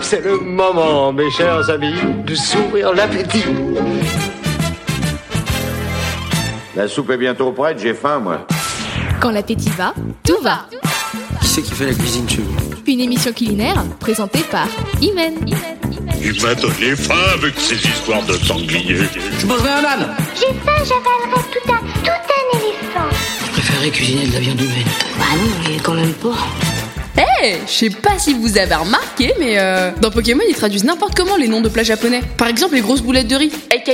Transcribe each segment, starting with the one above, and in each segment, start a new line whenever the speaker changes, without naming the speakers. C'est le moment, mes chers amis, de s'ouvrir l'appétit.
La soupe est bientôt prête, j'ai faim, moi.
Quand l'appétit va, tout va.
Qui c'est qui fait la cuisine chez vous
Une émission culinaire présentée par Imen.
Il m'a donné faim avec ces histoires de sangliers.
Je mangerai un âne
J'ai faim, j'avalerai tout un, tout un éléphant.
Je préférerais cuisiner de la viande humaine.
Bah non, mais quand même pas.
Eh, je sais pas si vous avez remarqué, mais euh, dans Pokémon, ils traduisent n'importe comment les noms de plats japonais. Par exemple, les grosses boulettes de riz, aka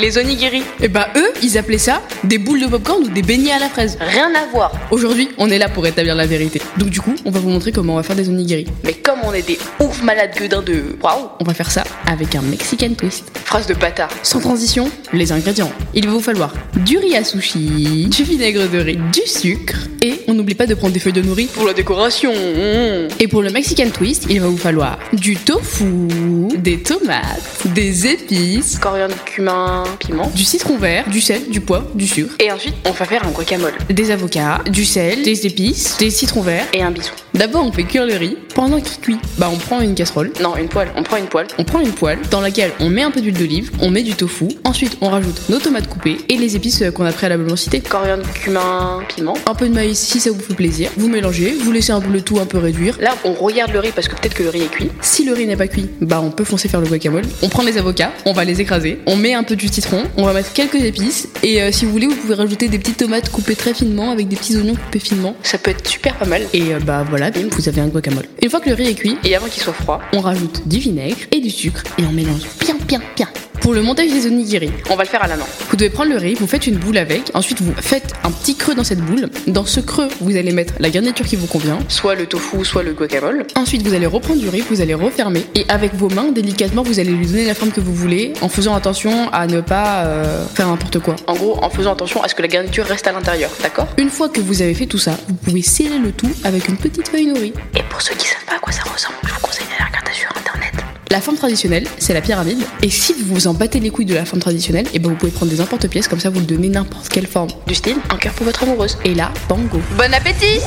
les onigiri. Et bah eux, ils appelaient ça des boules de popcorn ou des beignets à la fraise.
Rien à voir.
Aujourd'hui, on est là pour établir la vérité. Donc du coup, on va vous montrer comment on va faire des onigiri.
Mais comme on est des ouf malades gueudins de. Waouh
On va faire ça avec un Mexican twist.
Phrase de bâtard.
Sans transition, les ingrédients. Il va vous falloir du riz à sushi, du vinaigre de riz, du sucre, et on n'oublie pas de prendre des feuilles de nourrice.
Pour la décoration. mm.
Et pour le Mexican twist, il va vous falloir du tofu, des tomates, des épices,
Coriandre, cumin, piment.
du citron vert, du sel, du poivre, du sucre,
Et ensuite, on va faire un guacamole.
des avocats, du sel, des épices, des citrons verts.
Et un bisou.
D'abord, on fait cuire le riz. Pendant qu'il cuit, bah on prend une casserole.
Non, une poêle. On prend une poêle.
On prend une poêle dans laquelle on met un peu d'huile d'olive, on met du tofu, ensuite on rajoute nos tomates coupées et les épices euh, qu'on a préalablement citées.
Coriandre, cumin, piment.
Un peu de maïs si ça vous fait plaisir. Vous mélangez, vous laissez un peu le tout un peu réduire.
Là, on regarde le riz parce que peut-être que le riz est cuit.
Si le riz n'est pas cuit, bah on peut foncer faire le guacamole. On prend les avocats, on va les écraser, on met un peu du citron, on va mettre quelques épices et euh, si vous voulez, vous pouvez rajouter des petites tomates coupées très finement avec des petits oignons coupés finement.
Ça peut être super pas mal.
Et euh, bah voilà, bim, vous avez un guacamole. Une fois que le riz est cuit,
Et avant qu'il soit froid,
on rajoute du vinaigre et du sucre et on mélange bien bien bien. Pour le montage des onigiri,
on va le faire à la main.
vous devez prendre le riz, vous faites une boule avec, ensuite vous faites un petit creux dans cette boule. Dans ce creux, vous allez mettre la garniture qui vous convient.
Soit le tofu, soit le guacamole.
Ensuite, vous allez reprendre du riz, vous allez refermer et avec vos mains, délicatement, vous allez lui donner la forme que vous voulez en faisant attention à ne pas euh, faire n'importe quoi.
En gros, en faisant attention à ce que la garniture reste à l'intérieur, d'accord
Une fois que vous avez fait tout ça, vous pouvez sceller le tout avec une petite feuille nourrie.
Et pour ceux qui savent pas à quoi ça ressemble, je vous conseille d'aller regarder sur internet.
La forme traditionnelle, c'est la pyramide. Et si vous vous en battez les couilles de la forme traditionnelle, et ben vous pouvez prendre des emporte-pièces, comme ça vous le donnez n'importe quelle forme.
Du style, un cœur pour votre amoureuse.
Et là, bango.
Bon appétit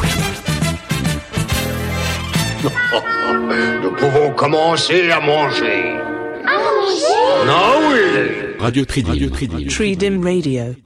Nous pouvons commencer à manger.
À manger
Ah oui
Radio Tridim. Radio
Tree Dim Radio.